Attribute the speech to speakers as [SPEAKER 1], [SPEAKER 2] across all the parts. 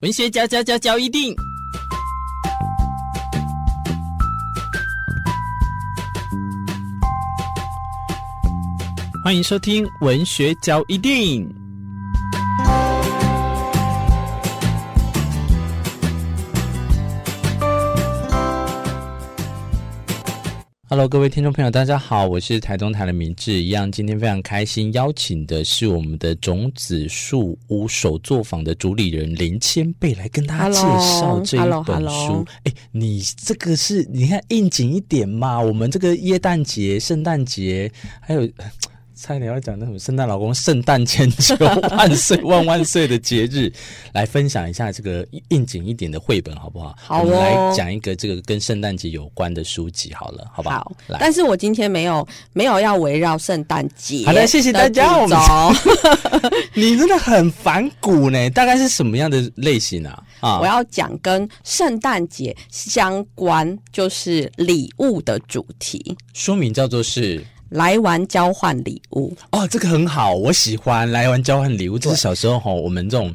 [SPEAKER 1] 文学交交交交一定。欢迎收听《文学交一定》。Hello，各位听众朋友，大家好，我是台东台的明志。一样，今天非常开心，邀请的是我们的种子树屋手作坊的主理人林千贝来跟大家介绍这一
[SPEAKER 2] Hello，Hello，
[SPEAKER 1] 本
[SPEAKER 2] Hello
[SPEAKER 1] 书。哎，你这个是你看应景一点嘛？我们这个耶诞节、圣诞节，还有差点要讲那什么圣诞老公、圣诞千秋、万岁万万岁的节日，来分享一下这个应景一点的绘本好不好？
[SPEAKER 2] 好哦
[SPEAKER 1] 我们来讲一个这个跟圣诞节有关的书籍好了，好不好？来。
[SPEAKER 2] 但是我今天没有没有要围绕圣诞节。
[SPEAKER 1] 好的谢谢大家我们
[SPEAKER 2] 走，
[SPEAKER 1] 你真的很反骨呢，大概是什么样的类型啊？啊，
[SPEAKER 2] 我要讲跟圣诞节相关，就是礼物的主题，
[SPEAKER 1] 书名叫做是
[SPEAKER 2] 来玩交换礼物。
[SPEAKER 1] 哦，这个很好，我喜欢来玩交换礼物。这是小时候吼，我们这种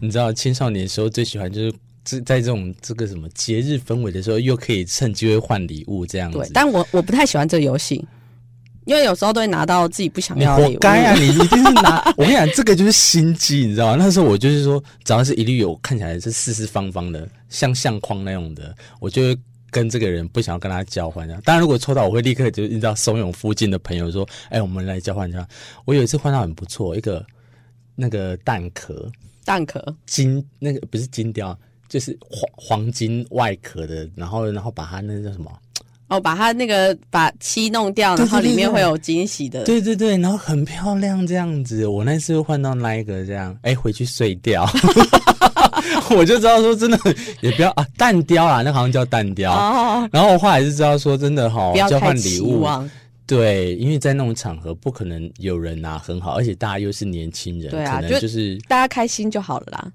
[SPEAKER 1] 你知道青少年时候最喜欢就是这在这种这个什么节日氛围的时候，又可以趁机会换礼物这样子
[SPEAKER 2] 对，。但我我不太喜欢这个游戏，因为有时候都会拿到自己不想
[SPEAKER 1] 你
[SPEAKER 2] 要的
[SPEAKER 1] 活
[SPEAKER 2] 礼物。
[SPEAKER 1] 该啊！你一定是拿 我跟你讲，这个就是心机，你知道吗？那时候我就是说，只要是一律有看起来是四四方方的，像相框那种的，我就会跟这个人不想要跟他交换这样。当然，如果抽到，我会立刻就你知道怂恿附近的朋友说：“哎、我们来交换一下。”我有一次换到很不错，一个那个蛋壳
[SPEAKER 2] 蛋壳，
[SPEAKER 1] 金，那个不是金雕，啊就是黄黄金外壳的，然后然后把它那叫什么？
[SPEAKER 2] 哦，把它那个把漆弄掉，
[SPEAKER 1] 对
[SPEAKER 2] 然后
[SPEAKER 1] 对对
[SPEAKER 2] 里面
[SPEAKER 1] 对
[SPEAKER 2] 会有惊喜的。
[SPEAKER 1] 对对对，然后很漂亮这样子。我那次换到那一个这样，哎，回去碎 掉， 我就知道说真的也不要啊，蛋雕啦，那好像叫蛋雕。
[SPEAKER 2] 哦，
[SPEAKER 1] 然后我后来就知道说真的哈、
[SPEAKER 2] 不要
[SPEAKER 1] 哦交
[SPEAKER 2] 太
[SPEAKER 1] 换礼
[SPEAKER 2] 期
[SPEAKER 1] 物，
[SPEAKER 2] 望。
[SPEAKER 1] 对，因为在那种场合不可能有人拿很好，而且大家又是年轻人，
[SPEAKER 2] 对啊
[SPEAKER 1] 可能
[SPEAKER 2] 就
[SPEAKER 1] 就是
[SPEAKER 2] 大家开心就好了啦。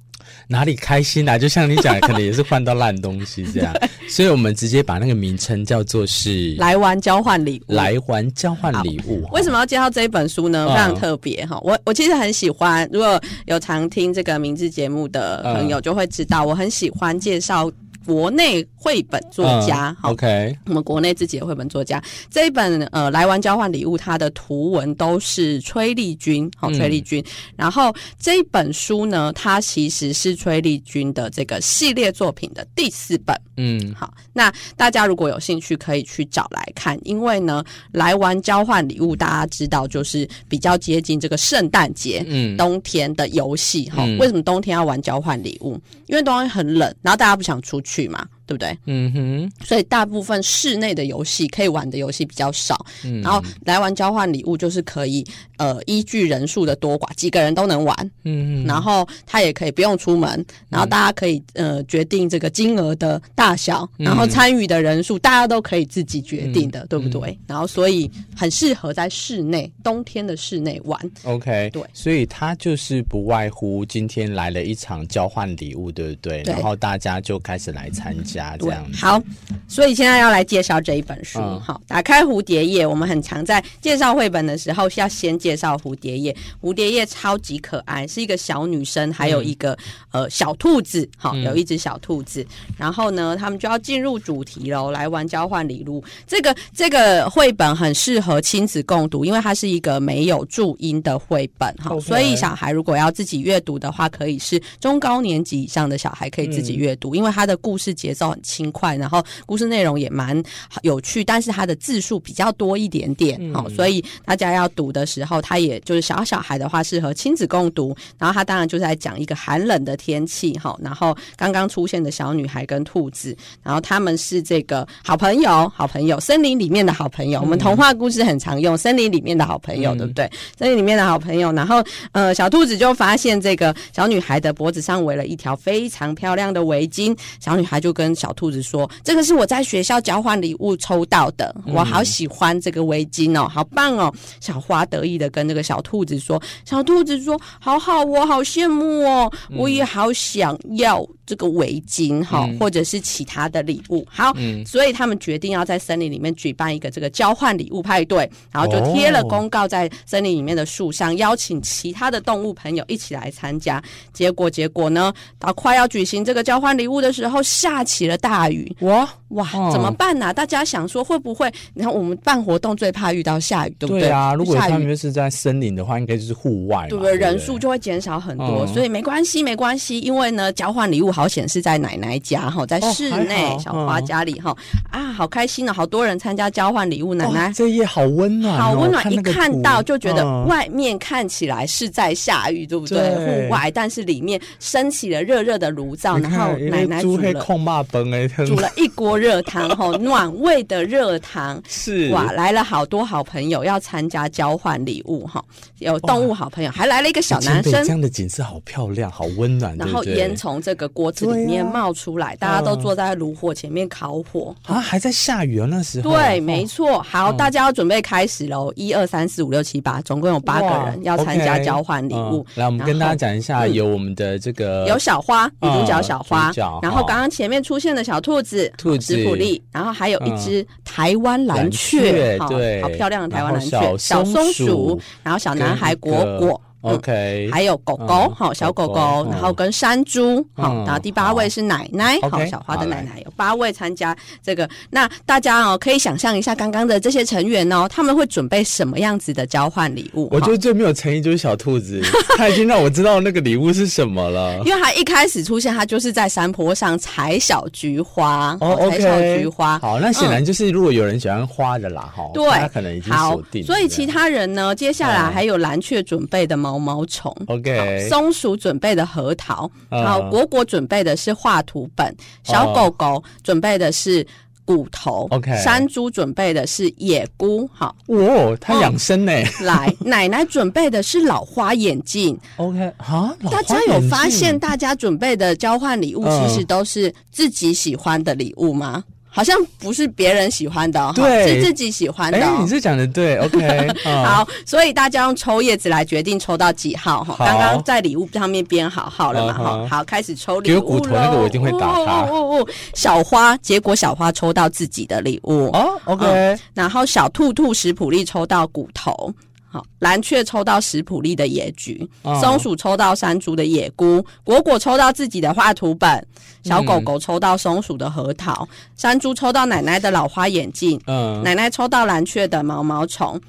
[SPEAKER 1] 哪里开心啊啦、就像你讲，可能也是换到烂东西这 样，所以我们直接把那个名称叫做是
[SPEAKER 2] 来玩交换礼物，
[SPEAKER 1] 来还交换礼物。
[SPEAKER 2] 为什么要介绍这一本书呢？
[SPEAKER 1] 嗯
[SPEAKER 2] 非常特别哈、我我其实很喜欢，如果有常听这个名字节目的朋友就会知道，我很喜欢介绍国内绘本作家
[SPEAKER 1] 嗯
[SPEAKER 2] 哈。
[SPEAKER 1] ？OK，
[SPEAKER 2] 我们国内自己的绘本作家，这一本呃《来玩交换礼物》，它的图文都是崔丽君，好、
[SPEAKER 1] 嗯
[SPEAKER 2] 崔丽君。然后这一本书呢，它其实是崔丽君的这个系列作品的第四本。
[SPEAKER 1] 嗯，
[SPEAKER 2] 好，那大家如果有兴趣，可以去找来看，因为呢，来玩交换礼物，大家知道就是比较接近这个圣诞节。
[SPEAKER 1] 嗯，
[SPEAKER 2] 冬天的游戏哈，
[SPEAKER 1] 嗯
[SPEAKER 2] 为什么冬天要玩交换礼物？因为冬天很冷，然后大家不想出去嘛，对不对？
[SPEAKER 1] 嗯哼。
[SPEAKER 2] 所以大部分室内的游戏可以玩的游戏比较少，
[SPEAKER 1] 嗯
[SPEAKER 2] 然后来玩交换礼物就是可以呃依据人数的多寡，几个人都能玩，
[SPEAKER 1] 嗯，
[SPEAKER 2] 然后他也可以不用出门，然后大家可以呃决定这个金额的大小，然后参与的人数，大家都可以自己决定的，对不对？然后所以很适合在室内，冬天的室内玩。
[SPEAKER 1] OK，
[SPEAKER 2] 对
[SPEAKER 1] 所以他就是不外乎今天来了一场交换礼物，对不对？
[SPEAKER 2] 对
[SPEAKER 1] 然后大家就开始来参加这
[SPEAKER 2] 对
[SPEAKER 1] 样，子。
[SPEAKER 2] 好，所以现在要来介绍这一本书。
[SPEAKER 1] 嗯
[SPEAKER 2] 好，打开蝴蝶页，我们很常在介绍绘本的时候，要先介绍蝴蝶页。蝴蝶页超级可爱，是一个小女生，还
[SPEAKER 1] 嗯
[SPEAKER 2] 有一个、呃小兔子。好，有一只小兔子。然后呢，他们就要进入主题喽，来玩交换礼物。这个这个绘本很适合亲子共读，因为它是一个没有注音的绘本哈
[SPEAKER 1] OK
[SPEAKER 2] 所以小孩如果要自己阅读的话，可以是中高年级以上的小孩可以自己阅读，因为它的故事节奏很轻快，然后故事内容也蛮有趣，但是它的字数比较多一点点好，所以大家要读的时候，它也就是小小孩的话适合亲子共读，然后它当然就是在讲一个寒冷的天气哈，然后刚刚出现的小女孩跟兔子，然后他们是这个好朋友，好朋友，森林里面的好朋友。我们童话故事很常用森林里面的好朋友，对不对？森林里面的好朋友。然后，呃，小兔子就发现这个小女孩的脖子上围了一条非常漂亮的围巾，小女孩就跟跟小兔子说：“这个是我在学校交换礼物抽到的，我好喜欢这个围巾哦，好棒哦！”小花得意的跟这个小兔子说：“小兔子说，好好哦，我好羡慕哦，我也好想要这个围巾哈、或者是其他的礼物。”好，所以他们决定要在森林里面举办一个这个交换礼物派对，然后就贴了公告在森林里面的树上，邀请其他的动物朋友一起来参加。结果，结果呢，到快要举行这个交换礼物的时候，下起了大雨。
[SPEAKER 1] 哇，
[SPEAKER 2] 哇
[SPEAKER 1] 哦，
[SPEAKER 2] 怎么办呢、大家想说会不会？你看我们办活动最怕遇到下雨，对不
[SPEAKER 1] 对啊，如果
[SPEAKER 2] 下
[SPEAKER 1] 他
[SPEAKER 2] 雨
[SPEAKER 1] 们是在森林的话，应该就是户外嘛，对
[SPEAKER 2] 对
[SPEAKER 1] 不
[SPEAKER 2] 不对？
[SPEAKER 1] 对，
[SPEAKER 2] 人数就会减少很多，
[SPEAKER 1] 嗯
[SPEAKER 2] 所以没关系，没关系。因为呢，交换礼物好显示在奶奶家哈，在
[SPEAKER 1] 哦
[SPEAKER 2] 室
[SPEAKER 1] 还
[SPEAKER 2] 内、
[SPEAKER 1] 好
[SPEAKER 2] 小花
[SPEAKER 1] 嗯
[SPEAKER 2] 家里哈、啊，好开心哦，好多人参加交换礼物，奶奶
[SPEAKER 1] 哦这页好温暖哦，
[SPEAKER 2] 啊好温暖，一
[SPEAKER 1] 那个
[SPEAKER 2] 看
[SPEAKER 1] 图
[SPEAKER 2] 到就觉得
[SPEAKER 1] 嗯
[SPEAKER 2] 外面看起来是在下雨，对不对？
[SPEAKER 1] 对
[SPEAKER 2] 户外，但是里面升起了热热的炉灶，
[SPEAKER 1] 你
[SPEAKER 2] 然后
[SPEAKER 1] 看，因
[SPEAKER 2] 奶
[SPEAKER 1] 为
[SPEAKER 2] 奶
[SPEAKER 1] 猪
[SPEAKER 2] 煮
[SPEAKER 1] 黑
[SPEAKER 2] 了
[SPEAKER 1] 控骂崩哎，
[SPEAKER 2] 煮了一锅热汤， 吼，暖胃的热汤。
[SPEAKER 1] 是
[SPEAKER 2] 哇，来了好多好朋友要参加交换礼物哈，有动物好朋友，还来了一个小男
[SPEAKER 1] 前辈
[SPEAKER 2] 生
[SPEAKER 1] 这，哎样的景色好漂亮，好温暖，
[SPEAKER 2] 然
[SPEAKER 1] 对嗯
[SPEAKER 2] 后
[SPEAKER 1] 不对
[SPEAKER 2] 烟从这个锅子里面冒出来，大家都坐在炉火前面烤火。
[SPEAKER 1] 啊还在下雨哦，嗯那时候
[SPEAKER 2] 对，没错。好，大家要准备开始喽！一二三四五六七八，总共有八个人要参加交换礼物。
[SPEAKER 1] 嗯来，我们跟大家
[SPEAKER 2] 然后
[SPEAKER 1] 讲一下，
[SPEAKER 2] 嗯
[SPEAKER 1] 有我们的这个
[SPEAKER 2] 有小花，女主角小花，
[SPEAKER 1] 主角
[SPEAKER 2] 然后刚刚前面出现的小兔子，
[SPEAKER 1] 兔子嗯
[SPEAKER 2] 吉普力，然后还有一只台湾蓝雀，
[SPEAKER 1] 蓝雀
[SPEAKER 2] 好
[SPEAKER 1] 对
[SPEAKER 2] 好漂亮的台湾蓝
[SPEAKER 1] 然
[SPEAKER 2] 雀，
[SPEAKER 1] 后小
[SPEAKER 2] 小
[SPEAKER 1] 松
[SPEAKER 2] 松
[SPEAKER 1] 鼠
[SPEAKER 2] 鼠，然后小男孩
[SPEAKER 1] 跟
[SPEAKER 2] 果
[SPEAKER 1] 一个哦
[SPEAKER 2] 果。嗯
[SPEAKER 1] OK，
[SPEAKER 2] 还有狗狗，
[SPEAKER 1] 嗯
[SPEAKER 2] 好小狗
[SPEAKER 1] 狗
[SPEAKER 2] 狗
[SPEAKER 1] 狗，
[SPEAKER 2] 然后跟山猪，好
[SPEAKER 1] 嗯，
[SPEAKER 2] 然后第八位是奶奶，
[SPEAKER 1] 好
[SPEAKER 2] 好
[SPEAKER 1] OK，
[SPEAKER 2] 小花的
[SPEAKER 1] 好
[SPEAKER 2] 奶奶有八位参加这个。那大家哦，可以想象一下刚刚的这些成员哦，他们会准备什么样子的交换礼物？
[SPEAKER 1] 我
[SPEAKER 2] 哈
[SPEAKER 1] 觉得最没有诚意就是小兔子，他已经让我知道那个礼物是什么 了。
[SPEAKER 2] 因为他一开始出现，他就是在山坡上采小菊花，
[SPEAKER 1] 哦
[SPEAKER 2] 采小
[SPEAKER 1] ，OK，
[SPEAKER 2] 菊花，
[SPEAKER 1] 好，那显然就是如果有人喜欢花的啦，哈，
[SPEAKER 2] 嗯对，
[SPEAKER 1] 他可能已经
[SPEAKER 2] 好
[SPEAKER 1] 锁定了这样。
[SPEAKER 2] 所以其他人呢，接下来
[SPEAKER 1] 嗯
[SPEAKER 2] 还有蓝雀准备的毛毛虫。
[SPEAKER 1] OK，
[SPEAKER 2] 松鼠准备的核桃，
[SPEAKER 1] 嗯
[SPEAKER 2] 好，果果准备的是画图本，小狗狗准备的是骨头
[SPEAKER 1] 啊 OK
[SPEAKER 2] 山猪准备的是野菇，好，
[SPEAKER 1] 哇，哦他
[SPEAKER 2] 嗯
[SPEAKER 1] 养生呢
[SPEAKER 2] 来，奶奶准备的是老花眼 镜，
[SPEAKER 1] ？OK，啊，老
[SPEAKER 2] 大
[SPEAKER 1] 花
[SPEAKER 2] 家有
[SPEAKER 1] 眼
[SPEAKER 2] 发
[SPEAKER 1] 镜
[SPEAKER 2] 现，大家准备的交换礼物
[SPEAKER 1] 嗯
[SPEAKER 2] 其实都是自己喜欢的礼物吗？好像不是别人喜欢的、哦，哈
[SPEAKER 1] 对
[SPEAKER 2] 是自己喜欢的
[SPEAKER 1] 哎、
[SPEAKER 2] 哦、
[SPEAKER 1] 你这讲的对，OK，嗯、
[SPEAKER 2] 好，所以大家用抽叶子来决定抽到几号哈。
[SPEAKER 1] 好
[SPEAKER 2] 刚刚在礼物上面编好号了嘛
[SPEAKER 1] 嗯
[SPEAKER 2] 哈。
[SPEAKER 1] 哼
[SPEAKER 2] 好，开始抽礼
[SPEAKER 1] 给
[SPEAKER 2] 物
[SPEAKER 1] 我骨
[SPEAKER 2] 喽。
[SPEAKER 1] 头那个我一定会打他
[SPEAKER 2] 哦哦哦哦小花，结果小花抽到自己的礼物，
[SPEAKER 1] 哦，OK，、
[SPEAKER 2] 然后小兔兔食普利抽到骨头。好，蓝雀抽到食普利的野菊，
[SPEAKER 1] 嗯
[SPEAKER 2] 松鼠抽到山竹的野菇，果果抽到自己的画图
[SPEAKER 1] 嗯
[SPEAKER 2] 本，小狗狗抽到松鼠的核桃，山猪抽到奶奶的老花眼镜，
[SPEAKER 1] 嗯，
[SPEAKER 2] 奶奶抽到蓝雀的毛毛虫，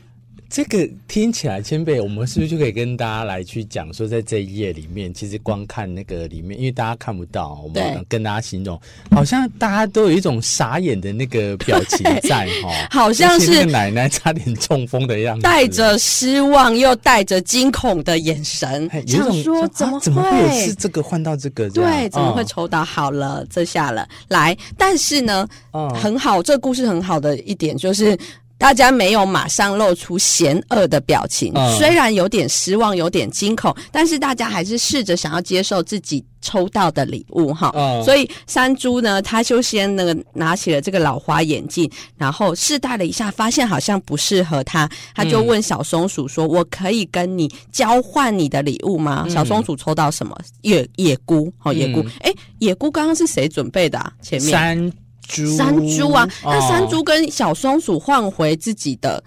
[SPEAKER 1] 这个听起来，千贝，我们是不是就可以跟大家来去讲说，在这一页里面，其实光看那个里面，因为大家看不到，我
[SPEAKER 2] 对
[SPEAKER 1] 们跟大家形容，好像大家都有一种傻眼的那个表情在哈，
[SPEAKER 2] 好像
[SPEAKER 1] 而且
[SPEAKER 2] 是
[SPEAKER 1] 那个奶奶差点中风的样子，
[SPEAKER 2] 带着失望又带着惊恐的眼神
[SPEAKER 1] 嘿，有一种
[SPEAKER 2] 想说
[SPEAKER 1] 啊
[SPEAKER 2] 怎么
[SPEAKER 1] 怎么会有啊是
[SPEAKER 2] 会？
[SPEAKER 1] 这个换到这个这样，啊
[SPEAKER 2] 对，怎么会抽到？好了，这下了来，但是呢，
[SPEAKER 1] 嗯？嗯
[SPEAKER 2] 很好，这故事很好的一点就是。大家没有马上露出嫌恶的表情，
[SPEAKER 1] 嗯
[SPEAKER 2] 虽然有点失望，有点惊恐，但是大家还是试着想要接受自己抽到的礼物哈。
[SPEAKER 1] 嗯
[SPEAKER 2] 所以山猪呢，他就先那个拿起了这个老花眼镜，然后试戴了一下，发现好像不适合他，他就问小松鼠说：“我可以跟你交换你的礼物吗？”
[SPEAKER 1] 嗯
[SPEAKER 2] 小松鼠抽到什么？野野菇，哦，野菇，哎、野菇刚刚是谁准备的啊？前面
[SPEAKER 1] 山猪，
[SPEAKER 2] 山猪啊，那
[SPEAKER 1] 哦
[SPEAKER 2] 山猪跟小松鼠换回自己的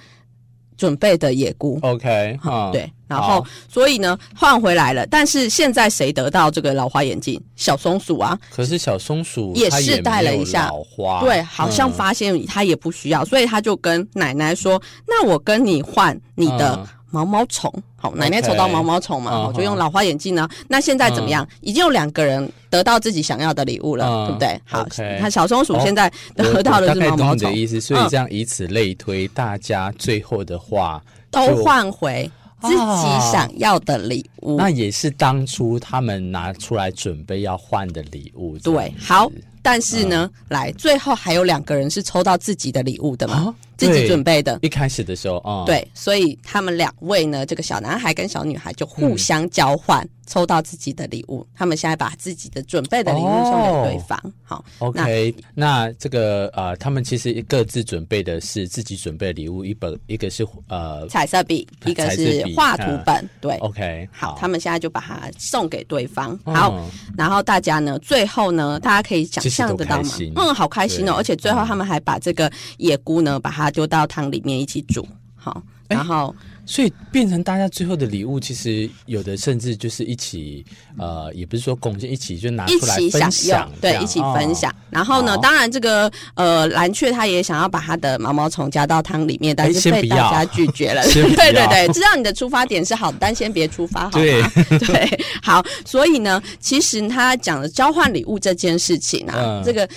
[SPEAKER 2] 准备的野菇。
[SPEAKER 1] ，OK，嗯
[SPEAKER 2] 好，对，然后所以呢换回来了，但是现在谁得到这个老花眼镜？小松鼠啊，
[SPEAKER 1] 可是小松鼠
[SPEAKER 2] 也
[SPEAKER 1] 它
[SPEAKER 2] 是带了
[SPEAKER 1] 没有
[SPEAKER 2] 一下
[SPEAKER 1] 老花，
[SPEAKER 2] 对，好像
[SPEAKER 1] 嗯
[SPEAKER 2] 发现他也不需要，所以他就跟奶奶说：“那我跟你换你的
[SPEAKER 1] 嗯
[SPEAKER 2] 毛毛虫。”好，奶奶抽到毛毛虫嘛，
[SPEAKER 1] 嗯
[SPEAKER 2] 我就用老花眼镜呢。那现在怎么样？已经有两个人得到自己想要的礼物了，
[SPEAKER 1] 嗯
[SPEAKER 2] 对不对？好，
[SPEAKER 1] OK
[SPEAKER 2] 看小松鼠
[SPEAKER 1] 哦
[SPEAKER 2] 现在得 到的
[SPEAKER 1] 我
[SPEAKER 2] 是
[SPEAKER 1] 大概
[SPEAKER 2] 毛
[SPEAKER 1] 懂
[SPEAKER 2] 毛
[SPEAKER 1] 你的
[SPEAKER 2] 虫，
[SPEAKER 1] 意思，所以
[SPEAKER 2] 嗯
[SPEAKER 1] 这样以此类推，大家最后的话
[SPEAKER 2] 都
[SPEAKER 1] 就
[SPEAKER 2] 换回自
[SPEAKER 1] 哦
[SPEAKER 2] 己想要的礼物。
[SPEAKER 1] 那也是当初他们拿出来准备要换的礼物。这
[SPEAKER 2] 对
[SPEAKER 1] 样，子
[SPEAKER 2] 好，但是呢，来最后还有两个人是抽到自己的礼物的嘛？
[SPEAKER 1] 啊，
[SPEAKER 2] 自己准备的。
[SPEAKER 1] 一开始的时候啊，，
[SPEAKER 2] 对，所以他们两位呢，这个小男孩跟小女孩就互相交换，抽到自己的礼物。他们现在把自己的准备的礼物送给对方。好，
[SPEAKER 1] OK，那这个呃，他们其实各自准备的是自己准备的礼物，一本一个是呃
[SPEAKER 2] 彩色笔，一个
[SPEAKER 1] 彩色
[SPEAKER 2] 是
[SPEAKER 1] 笔
[SPEAKER 2] 画图
[SPEAKER 1] 嗯
[SPEAKER 2] 本，对。
[SPEAKER 1] ，OK，
[SPEAKER 2] 好，他们现在就把它送给对方。好，然后大家呢，最后呢，大家可以想象得到吗
[SPEAKER 1] 其实都开心？
[SPEAKER 2] 嗯，好开心哦！
[SPEAKER 1] 对
[SPEAKER 2] 而且最后他们还把这个野菇呢，把它丢到汤里面一起煮。好，
[SPEAKER 1] 哎
[SPEAKER 2] 然后、
[SPEAKER 1] 所以变成大家最后的礼物，其实有的甚至就是一起，呃，也不是说贡献，一起就拿
[SPEAKER 2] 一
[SPEAKER 1] 出来
[SPEAKER 2] 起
[SPEAKER 1] 分
[SPEAKER 2] 享
[SPEAKER 1] 享
[SPEAKER 2] 用，，
[SPEAKER 1] 这
[SPEAKER 2] 对，
[SPEAKER 1] 样
[SPEAKER 2] 一起分。享
[SPEAKER 1] 哦。
[SPEAKER 2] 然后呢
[SPEAKER 1] 好，
[SPEAKER 2] 当然这个呃蓝雀它也想要把它的毛毛虫加到汤里面，但是
[SPEAKER 1] 哎先
[SPEAKER 2] 被
[SPEAKER 1] 不
[SPEAKER 2] 大
[SPEAKER 1] 要
[SPEAKER 2] 家拒绝了。
[SPEAKER 1] 先不
[SPEAKER 2] 对对
[SPEAKER 1] 要
[SPEAKER 2] 对，知道你的出发点是好的，但先别出发好吗？
[SPEAKER 1] 对
[SPEAKER 2] 对，好。所以呢，其实他讲的交换礼物这件事情啊，
[SPEAKER 1] 嗯
[SPEAKER 2] 这个。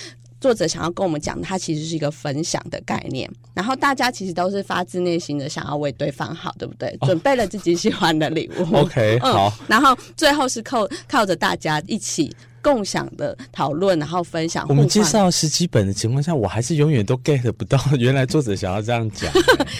[SPEAKER 2] 作者想要跟我们讲，它其实是一个分享的概念，然后大家其实都是发自内心的想要为对方好，对不对？准备了自己喜欢的礼物。
[SPEAKER 1] 哦 OK，好，
[SPEAKER 2] 嗯然后最后是靠靠着大家一起共享的讨论，然后分享。
[SPEAKER 1] 我们介
[SPEAKER 2] 互换，
[SPEAKER 1] 绍十几本的情况下，我还是永远都 get 不到 原来作者想要这样 讲。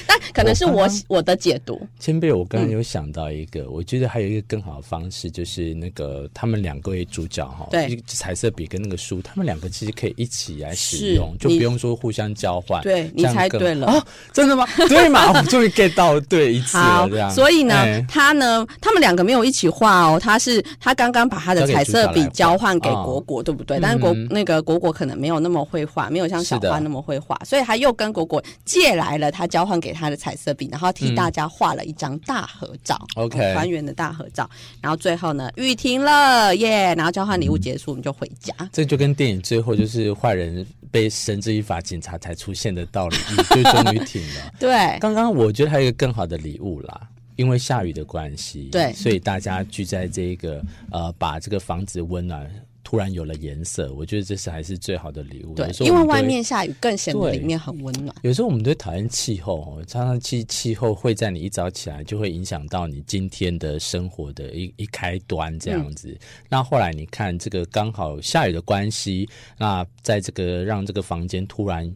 [SPEAKER 2] 但可能是
[SPEAKER 1] 我
[SPEAKER 2] 我
[SPEAKER 1] 刚刚
[SPEAKER 2] 我的解读。
[SPEAKER 1] 千贝，我刚刚有想到一个，我觉得还有一个更好的方式，就是那个他们两个位主角哈，
[SPEAKER 2] 对
[SPEAKER 1] 一个彩色笔跟那个书，他们两个其实可以一起来
[SPEAKER 2] 是
[SPEAKER 1] 使用，就不
[SPEAKER 2] 你
[SPEAKER 1] 用说互相交换。
[SPEAKER 2] 对你
[SPEAKER 1] 这样
[SPEAKER 2] 猜
[SPEAKER 1] 更
[SPEAKER 2] 对了
[SPEAKER 1] 啊！真 的吗？对嘛，我终于 get 到对一次
[SPEAKER 2] 好
[SPEAKER 1] 了，这样。，
[SPEAKER 2] 所以呢，
[SPEAKER 1] 哎
[SPEAKER 2] 他呢，他们两个没有一起画哦，他是他刚刚把他的
[SPEAKER 1] 交给
[SPEAKER 2] 彩色
[SPEAKER 1] 主角
[SPEAKER 2] 笔
[SPEAKER 1] 来画
[SPEAKER 2] 交换给
[SPEAKER 1] 哦
[SPEAKER 2] 果果，对不对？但是果、
[SPEAKER 1] 嗯
[SPEAKER 2] 那个果果可能没有那么会画，没有像小
[SPEAKER 1] 是的
[SPEAKER 2] 花那么会画，所以他又跟果果借来了他交换给他的彩色笔，然后替大家画了一张大合照、
[SPEAKER 1] 嗯 OK
[SPEAKER 2] 哦团圆的大合照。然后最后呢，雨停了耶然后交换礼物结束，我们就回家。
[SPEAKER 1] 这就跟电影最后就是坏人被绳之以法，警察才出现的道 理，就终于挺了。
[SPEAKER 2] 对，
[SPEAKER 1] 刚刚我觉得还有一个更好的礼物啦，因为下雨的关系，
[SPEAKER 2] 对
[SPEAKER 1] 所以大家聚在这个呃，把这个房子温暖，突然有了颜色，我觉得这是还是最好的礼物。
[SPEAKER 2] 对
[SPEAKER 1] 有，时候
[SPEAKER 2] 因为
[SPEAKER 1] 我们都会
[SPEAKER 2] 外面下雨更显得
[SPEAKER 1] 对
[SPEAKER 2] 里面很温暖。
[SPEAKER 1] 有时候我们都会讨厌气候哦，常常气气候会在你一早起来就会影响到你今天的生活的一一开端这样子。那后来你看这个刚好下雨的关系，那在这个让这个房间突然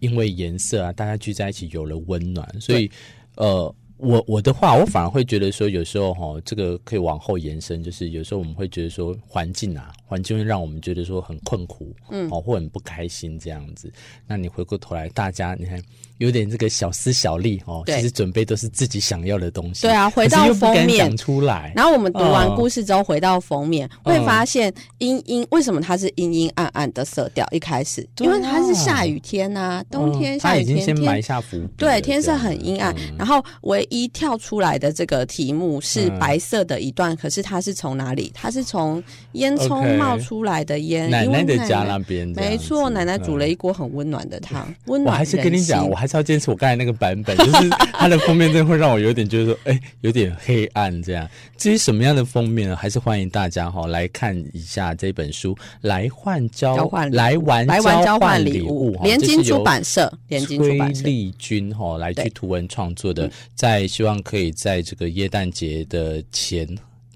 [SPEAKER 1] 因为颜色啊，大家聚在一起有了温暖，所以呃。我我的话，我反而会觉得说，有时候哈，这个可以往后延伸，就是有时候我们会觉得说，环境啊，环境会让我们觉得说很困苦，嗯，哦，或很不开心这样子。那你回过头来，大家你看有点这个小思小力哦，
[SPEAKER 2] 对
[SPEAKER 1] 其实准备都是自己想要的东西，
[SPEAKER 2] 对啊
[SPEAKER 1] 可
[SPEAKER 2] 回
[SPEAKER 1] 是
[SPEAKER 2] 到
[SPEAKER 1] 又不敢
[SPEAKER 2] 封面
[SPEAKER 1] 讲出来，
[SPEAKER 2] 然后我们读完
[SPEAKER 1] 哦
[SPEAKER 2] 故事之后，回到封面，
[SPEAKER 1] 嗯
[SPEAKER 2] 会发现阴阴为什么它是阴阴暗暗的色调？一开始，
[SPEAKER 1] 对
[SPEAKER 2] 因
[SPEAKER 1] 啊
[SPEAKER 2] 为它是下雨天呐、冬天
[SPEAKER 1] 嗯他
[SPEAKER 2] 下雨
[SPEAKER 1] 已经
[SPEAKER 2] 天
[SPEAKER 1] 先埋
[SPEAKER 2] 天。
[SPEAKER 1] 下伏笔了，
[SPEAKER 2] 对，天
[SPEAKER 1] 这
[SPEAKER 2] 色
[SPEAKER 1] 样
[SPEAKER 2] 很阴暗，然后唯一跳出来的这个题目是
[SPEAKER 1] 嗯
[SPEAKER 2] 白色的一段，可是它是从哪里？它是从烟囱
[SPEAKER 1] OK
[SPEAKER 2] 冒出来的烟，
[SPEAKER 1] 奶
[SPEAKER 2] 因为
[SPEAKER 1] 奶的
[SPEAKER 2] 奶
[SPEAKER 1] 家
[SPEAKER 2] 奶
[SPEAKER 1] 那边这样
[SPEAKER 2] 没
[SPEAKER 1] 子，
[SPEAKER 2] 错，奶奶煮
[SPEAKER 1] 嗯
[SPEAKER 2] 了一锅很温暖的汤，温
[SPEAKER 1] 我
[SPEAKER 2] 暖。
[SPEAKER 1] 还是跟你讲，我，还是要坚持我刚才那个版本， 就是它的封面真的会让我有点觉得说，哎，有点黑暗这样。至于什么样的封面呢？还是欢迎大家哈、来看一下这本书，来换交
[SPEAKER 2] 交换礼物
[SPEAKER 1] 来玩
[SPEAKER 2] 来玩交
[SPEAKER 1] 换
[SPEAKER 2] 换礼
[SPEAKER 1] 物
[SPEAKER 2] 物，，
[SPEAKER 1] 哈
[SPEAKER 2] 联
[SPEAKER 1] 这是
[SPEAKER 2] 经出
[SPEAKER 1] 由
[SPEAKER 2] 版社，联经出版
[SPEAKER 1] 崔
[SPEAKER 2] 社。
[SPEAKER 1] 丽君哈、来
[SPEAKER 2] 对
[SPEAKER 1] 去图文创作的，在希望可以在这个耶诞节的前。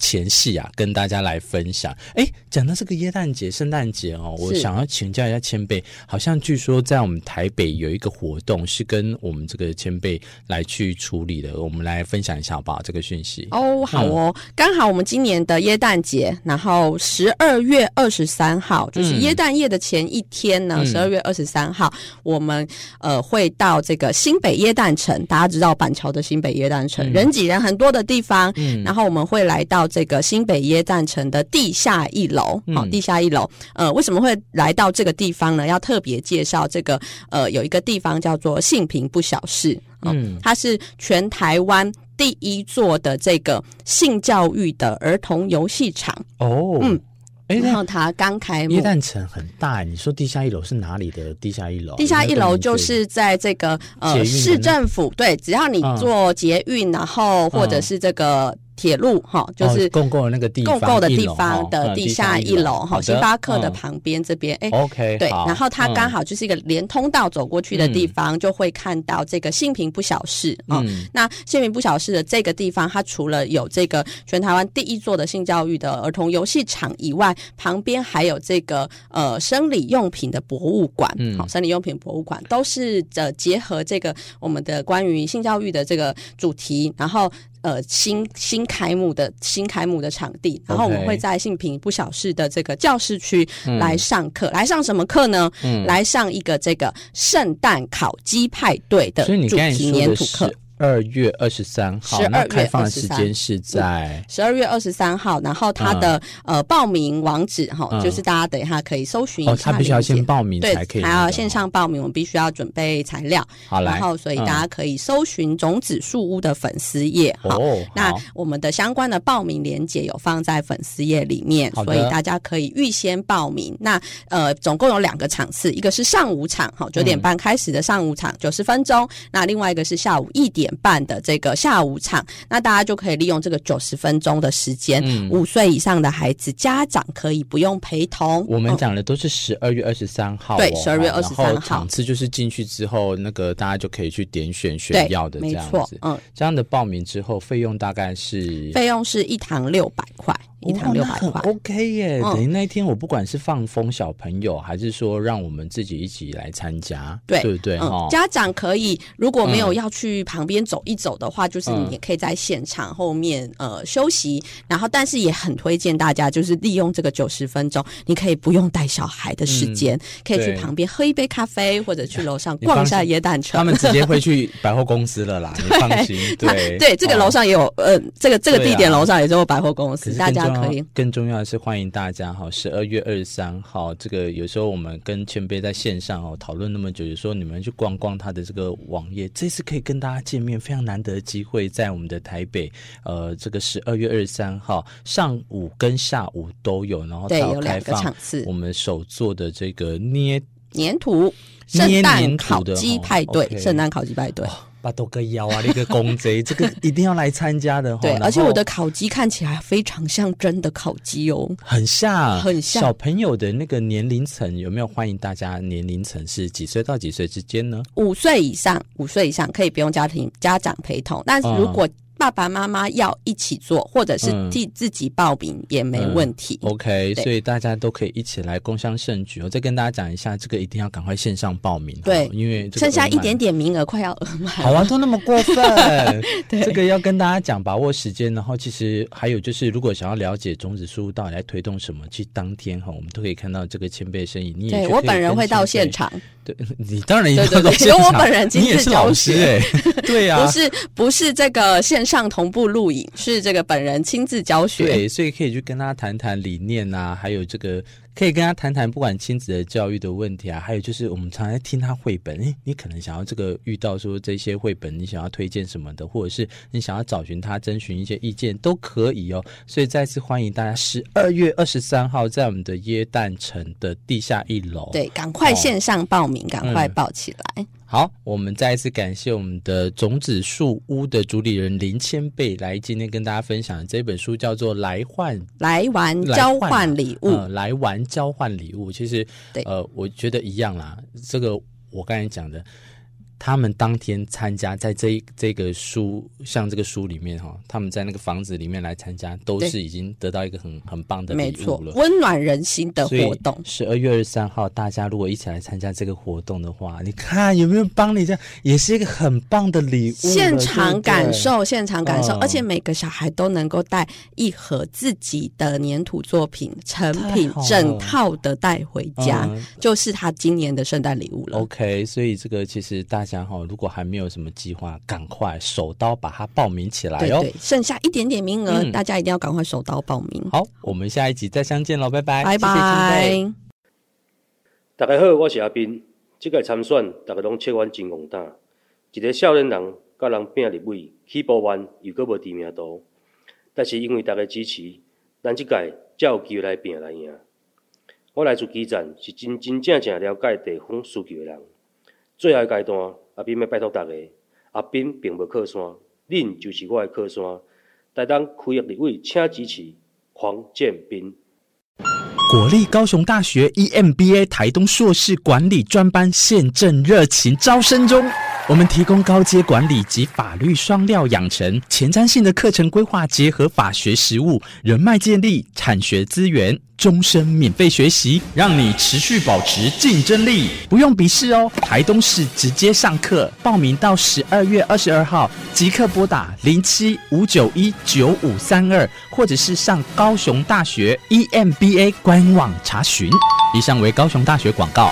[SPEAKER 1] 前戏啊，跟大家来分享。哎，讲到这个耶诞节、圣诞节哦，我
[SPEAKER 2] 是
[SPEAKER 1] 想要请教一下前辈，好像据说在我们台北有一个活动是跟我们这个前辈来去处理的，我们来分享一下好不好？这个讯息。
[SPEAKER 2] 哦，好哦，刚好我们今年的耶诞节，然后十二月二十三号，就是耶诞夜的前一天呢，
[SPEAKER 1] 嗯
[SPEAKER 2] 十二、月二十三号，我们呃会到这个新北耶诞城，大家知道板桥的新北耶诞城，人挤人很多的地方，然后我们会来到这个新北耶诞城的地下一楼，好、地下一楼，呃，为什么会来到这个地方呢？要特别介绍这个呃，有一个地方叫做性平不小事，嗯，它是全台湾第一座的这个性教育的儿童游戏场，
[SPEAKER 1] 哦，嗯，哎，
[SPEAKER 2] 然
[SPEAKER 1] 那
[SPEAKER 2] 后它刚开
[SPEAKER 1] 耶
[SPEAKER 2] 幕。
[SPEAKER 1] 诞城很大，你说地下一楼是哪里的地下一楼？
[SPEAKER 2] 地下一楼就
[SPEAKER 1] 你
[SPEAKER 2] 是在这个
[SPEAKER 1] 捷
[SPEAKER 2] 呃
[SPEAKER 1] 运的那
[SPEAKER 2] 市政府，对，只要你
[SPEAKER 1] 嗯
[SPEAKER 2] 坐捷运，然后或者
[SPEAKER 1] 嗯
[SPEAKER 2] 是这个铁路哈，就是
[SPEAKER 1] 哦共购的那个地方，
[SPEAKER 2] 共购的
[SPEAKER 1] 一
[SPEAKER 2] 地
[SPEAKER 1] 楼
[SPEAKER 2] 方
[SPEAKER 1] 哈
[SPEAKER 2] 的
[SPEAKER 1] 嗯
[SPEAKER 2] 地
[SPEAKER 1] 下
[SPEAKER 2] 下一楼
[SPEAKER 1] 好
[SPEAKER 2] 哈，
[SPEAKER 1] 的
[SPEAKER 2] 星巴克的
[SPEAKER 1] 嗯
[SPEAKER 2] 旁边这边，哎，
[SPEAKER 1] OK，
[SPEAKER 2] 对，
[SPEAKER 1] 好
[SPEAKER 2] 然后它刚
[SPEAKER 1] 嗯
[SPEAKER 2] 好就是一个连通道走过去的地
[SPEAKER 1] 嗯
[SPEAKER 2] 方，就会看到这个性平不小市啊。哦
[SPEAKER 1] 嗯
[SPEAKER 2] 那性平不小市的这个地方，它除了有这个全台湾第一座的性教育的儿童游戏场以外，旁边还有这个呃生理用品的博物馆，
[SPEAKER 1] 嗯
[SPEAKER 2] 好、生理用品博物馆都是呃结合这个我们的关于性教育的这个主题，然后。呃，新新开幕的新开幕的场地，然后我们
[SPEAKER 1] OK
[SPEAKER 2] 会在性平不小市的这个教室区来上课，来上什么课呢？
[SPEAKER 1] 嗯
[SPEAKER 2] 来上一个这个圣诞烤鸡派对的
[SPEAKER 1] 所以你
[SPEAKER 2] 主
[SPEAKER 1] 刚才
[SPEAKER 2] 题
[SPEAKER 1] 说
[SPEAKER 2] 年
[SPEAKER 1] 的
[SPEAKER 2] 土课
[SPEAKER 1] 是。二月二十三号，
[SPEAKER 2] 12
[SPEAKER 1] 那
[SPEAKER 2] 月
[SPEAKER 1] 开放的
[SPEAKER 2] 23
[SPEAKER 1] 时间是在
[SPEAKER 2] 十二月二十三号，然后它的、呃报名网址哈、
[SPEAKER 1] 嗯
[SPEAKER 2] 就是大家等一下可以搜寻一
[SPEAKER 1] 哦
[SPEAKER 2] 下链，接、
[SPEAKER 1] 他必须要先报名
[SPEAKER 2] 对
[SPEAKER 1] 才可以，
[SPEAKER 2] 还要线。上报名，我们必须要准备材料，
[SPEAKER 1] 好来
[SPEAKER 2] 然，后所以
[SPEAKER 1] 嗯
[SPEAKER 2] 大家可以搜寻种子树屋的粉丝页哈。
[SPEAKER 1] 哦，
[SPEAKER 2] 那
[SPEAKER 1] 好
[SPEAKER 2] 我们的相关的报名链接有放在粉丝页里面，
[SPEAKER 1] 好的
[SPEAKER 2] 所以大家可以预先报名。那呃，总共有两个场次，一个是上午场，哈，九点半开始的上午场，九十分钟；那另外一个是下午一点半的这个下午场。那大家就可以利用这个九十分钟的时间，
[SPEAKER 1] 嗯
[SPEAKER 2] 五、岁以上的孩子家长可以不用陪同。
[SPEAKER 1] 我们
[SPEAKER 2] 嗯
[SPEAKER 1] 讲的都是十二月二十三号哦，
[SPEAKER 2] 对12月
[SPEAKER 1] 好
[SPEAKER 2] 23
[SPEAKER 1] 然
[SPEAKER 2] 号
[SPEAKER 1] 后场次就是进去之后，那个大家就可以去点选
[SPEAKER 2] 对
[SPEAKER 1] 选要的这
[SPEAKER 2] 没
[SPEAKER 1] 样
[SPEAKER 2] 错
[SPEAKER 1] 子，。
[SPEAKER 2] 嗯，
[SPEAKER 1] 这样的报名之后，费用大概是
[SPEAKER 2] 费用是一堂六百块，一堂
[SPEAKER 1] 哦
[SPEAKER 2] 六
[SPEAKER 1] 那
[SPEAKER 2] 百
[SPEAKER 1] 很
[SPEAKER 2] 块。
[SPEAKER 1] ，OK 耶！
[SPEAKER 2] 嗯
[SPEAKER 1] 等于那一天，我不管是放风小朋友，还是说让我们自己一起来参加，
[SPEAKER 2] 对
[SPEAKER 1] 对不对？
[SPEAKER 2] 嗯
[SPEAKER 1] 哦，，
[SPEAKER 2] 家长可以如果没有
[SPEAKER 1] 嗯
[SPEAKER 2] 要去旁边走一走的话，就是
[SPEAKER 1] 嗯
[SPEAKER 2] 你也可以在现场后面呃休息，然后但是也很推荐大家就是利用这个九十分钟，你可以不用带小孩的时间，可以去
[SPEAKER 1] 对
[SPEAKER 2] 旁边喝一杯咖啡，或者去楼上
[SPEAKER 1] 嗯你放
[SPEAKER 2] 逛一下
[SPEAKER 1] 心
[SPEAKER 2] 椰蛋
[SPEAKER 1] 他
[SPEAKER 2] 城。
[SPEAKER 1] 们直接会去百货公司了啦，你放心。
[SPEAKER 2] 那
[SPEAKER 1] 对
[SPEAKER 2] 对，这个楼
[SPEAKER 1] 哦
[SPEAKER 2] 上也有，呃，这个这个
[SPEAKER 1] 对
[SPEAKER 2] 地
[SPEAKER 1] 啊
[SPEAKER 2] 点楼上也是有百货公
[SPEAKER 1] 可
[SPEAKER 2] 司，
[SPEAKER 1] 是
[SPEAKER 2] 大
[SPEAKER 1] 更重
[SPEAKER 2] 家
[SPEAKER 1] 要
[SPEAKER 2] 可以。
[SPEAKER 1] 更重要的是，欢迎大家哈，十二月二十三号，这个有时候我们跟前辈在线上哦讨论那么久，有时候你们去逛逛他的这个网页，这次可以跟大家见面，非常难得的机会，在我们的台北，呃，这个十二月二十三号上午跟下午都有，然后它
[SPEAKER 2] 对，有
[SPEAKER 1] 开
[SPEAKER 2] 两个
[SPEAKER 1] 放
[SPEAKER 2] 场次
[SPEAKER 1] 我，们手做的这个捏
[SPEAKER 2] 粘土、
[SPEAKER 1] 捏
[SPEAKER 2] 圣诞
[SPEAKER 1] 黏土
[SPEAKER 2] 烤
[SPEAKER 1] 的
[SPEAKER 2] 鸡
[SPEAKER 1] 哦
[SPEAKER 2] 派对，
[SPEAKER 1] ，OK 哦
[SPEAKER 2] 圣诞烤鸡派对，
[SPEAKER 1] 把多个腰啊，那个公 贼，这个一定要来参加的哈。哦
[SPEAKER 2] 对，
[SPEAKER 1] 然后
[SPEAKER 2] 而且我的烤鸡看起来非常像真的烤鸡哦。
[SPEAKER 1] 很像，
[SPEAKER 2] 很像
[SPEAKER 1] 小朋友的那个年龄层有没有欢迎大家？年龄层是几岁到几岁之间呢？
[SPEAKER 2] 五岁以上，五岁以上可以不用家庭家长陪同，但是
[SPEAKER 1] 嗯
[SPEAKER 2] 如果爸爸妈妈要一起做，或者是
[SPEAKER 1] 嗯
[SPEAKER 2] 替自己报名也没问题。
[SPEAKER 1] OK，
[SPEAKER 2] 对
[SPEAKER 1] 所以大家都可以一起来共襄盛举。我再跟大家讲一下，这个一定要赶快线上报名，
[SPEAKER 2] 对
[SPEAKER 1] 好因为这个
[SPEAKER 2] 剩下一
[SPEAKER 1] 额
[SPEAKER 2] 点
[SPEAKER 1] 满。
[SPEAKER 2] 点名额，快要额满。
[SPEAKER 1] 好啊，都那么过 分，
[SPEAKER 2] 对
[SPEAKER 1] 这个要跟大家讲，把握时间。然后其实还有就是，如果想要了解种子书屋到底在推动什么，其实当天哈，我们都可以看到这个前辈的身影。你也
[SPEAKER 2] 对
[SPEAKER 1] 去
[SPEAKER 2] 我
[SPEAKER 1] 可以
[SPEAKER 2] 本人
[SPEAKER 1] 跟
[SPEAKER 2] 会到
[SPEAKER 1] 前
[SPEAKER 2] 现
[SPEAKER 1] 辈，
[SPEAKER 2] 场，
[SPEAKER 1] 对你当然一定要
[SPEAKER 2] 对对
[SPEAKER 1] 到
[SPEAKER 2] 对
[SPEAKER 1] 现
[SPEAKER 2] 因
[SPEAKER 1] 场。
[SPEAKER 2] 为我本人亲
[SPEAKER 1] 你也
[SPEAKER 2] 自
[SPEAKER 1] 是老
[SPEAKER 2] 教
[SPEAKER 1] 师
[SPEAKER 2] 学
[SPEAKER 1] 哎、 对呀、啊，
[SPEAKER 2] 不是不是这个线上同步录影，是这个本人亲自教学。
[SPEAKER 1] 对，所以可以去跟他谈谈理念啊，还有这个可以跟他谈谈不管亲子的教育的问题啊，还有就是我们常常在听他绘本，诶，你可能想要这个遇到说这些绘本，你想要推荐什么的，或者是你想要找寻他征询一些意见都可以哦。所以再次欢迎大家，十二月二十三号在我们的耶诞城的地下一楼。
[SPEAKER 2] 对，赶快线上报名，赶快
[SPEAKER 1] 哦嗯
[SPEAKER 2] 报起来。
[SPEAKER 1] 好，我们再一次感谢我们的种子树屋的主理人林千贝来今天跟大家分享的这本书，叫做《来换
[SPEAKER 2] 来玩
[SPEAKER 1] 来
[SPEAKER 2] 交
[SPEAKER 1] 换啊
[SPEAKER 2] 换礼物，
[SPEAKER 1] 呃、来玩交换礼物。其实
[SPEAKER 2] 对，
[SPEAKER 1] 呃，我觉得一样啦。这个我刚才讲的，他们当天参加在这一这个书，像这个书里面哈，他们在那个房子里面来参加，都
[SPEAKER 2] 对
[SPEAKER 1] 是已经得到一个很很棒的
[SPEAKER 2] 没
[SPEAKER 1] 礼
[SPEAKER 2] 错
[SPEAKER 1] 物，了。
[SPEAKER 2] 温暖人心的活动。
[SPEAKER 1] 十二月二十三号，大家如果一起来参加这个活动的话，你看有没有帮你这样，也是一个很棒的礼物了，
[SPEAKER 2] 现场感
[SPEAKER 1] 对不对。
[SPEAKER 2] 受，现场感受，
[SPEAKER 1] 嗯
[SPEAKER 2] 而且每个小孩都能够带一盒自己的粘土作品成品
[SPEAKER 1] 太好了
[SPEAKER 2] 整套的带回家，
[SPEAKER 1] 嗯哦
[SPEAKER 2] 就是他今年的圣诞礼物了。
[SPEAKER 1] OK，所以这个其实大家哈、如果还没有什么计划，赶快手刀把它报名起来哦
[SPEAKER 2] 对
[SPEAKER 1] 哟、
[SPEAKER 2] 对，剩下一点点名额，
[SPEAKER 1] 嗯
[SPEAKER 2] 大家一定要赶快手刀报名。
[SPEAKER 1] 好，我们下一集再相见喽，拜拜，
[SPEAKER 2] 拜
[SPEAKER 1] 谢谢金
[SPEAKER 2] 拜。
[SPEAKER 1] 贝
[SPEAKER 3] 大家好，我是阿斌。即届参选，大家拢笑阮真戆胆。一个少年人甲人拼入位，起步晚又阁无知名度，但是因为大家支持，咱即届才有机会来拼来赢。我来自基层，是真真正正了解地方需求的人。最后的阶段，阿斌要拜托大家，阿斌并无靠山，恁就是我的靠山。台东区域立委，请支持黄建斌。
[SPEAKER 1] 国立高雄大学 E EMBA 台东硕士管理专班现正热情招生中。我们提供高阶管理及法律双料养成、前瞻性的课程规划，结合法学实务、人脉建立、产学资源，终身免费学习，让你持续保持竞争力。不用笔试哦，台东市直接上课。报名到十二月二十二号，即刻拨打零七五九一九五三二，或者是上 E 高雄大学 EMBA 官网查询。以上为高雄大学广告。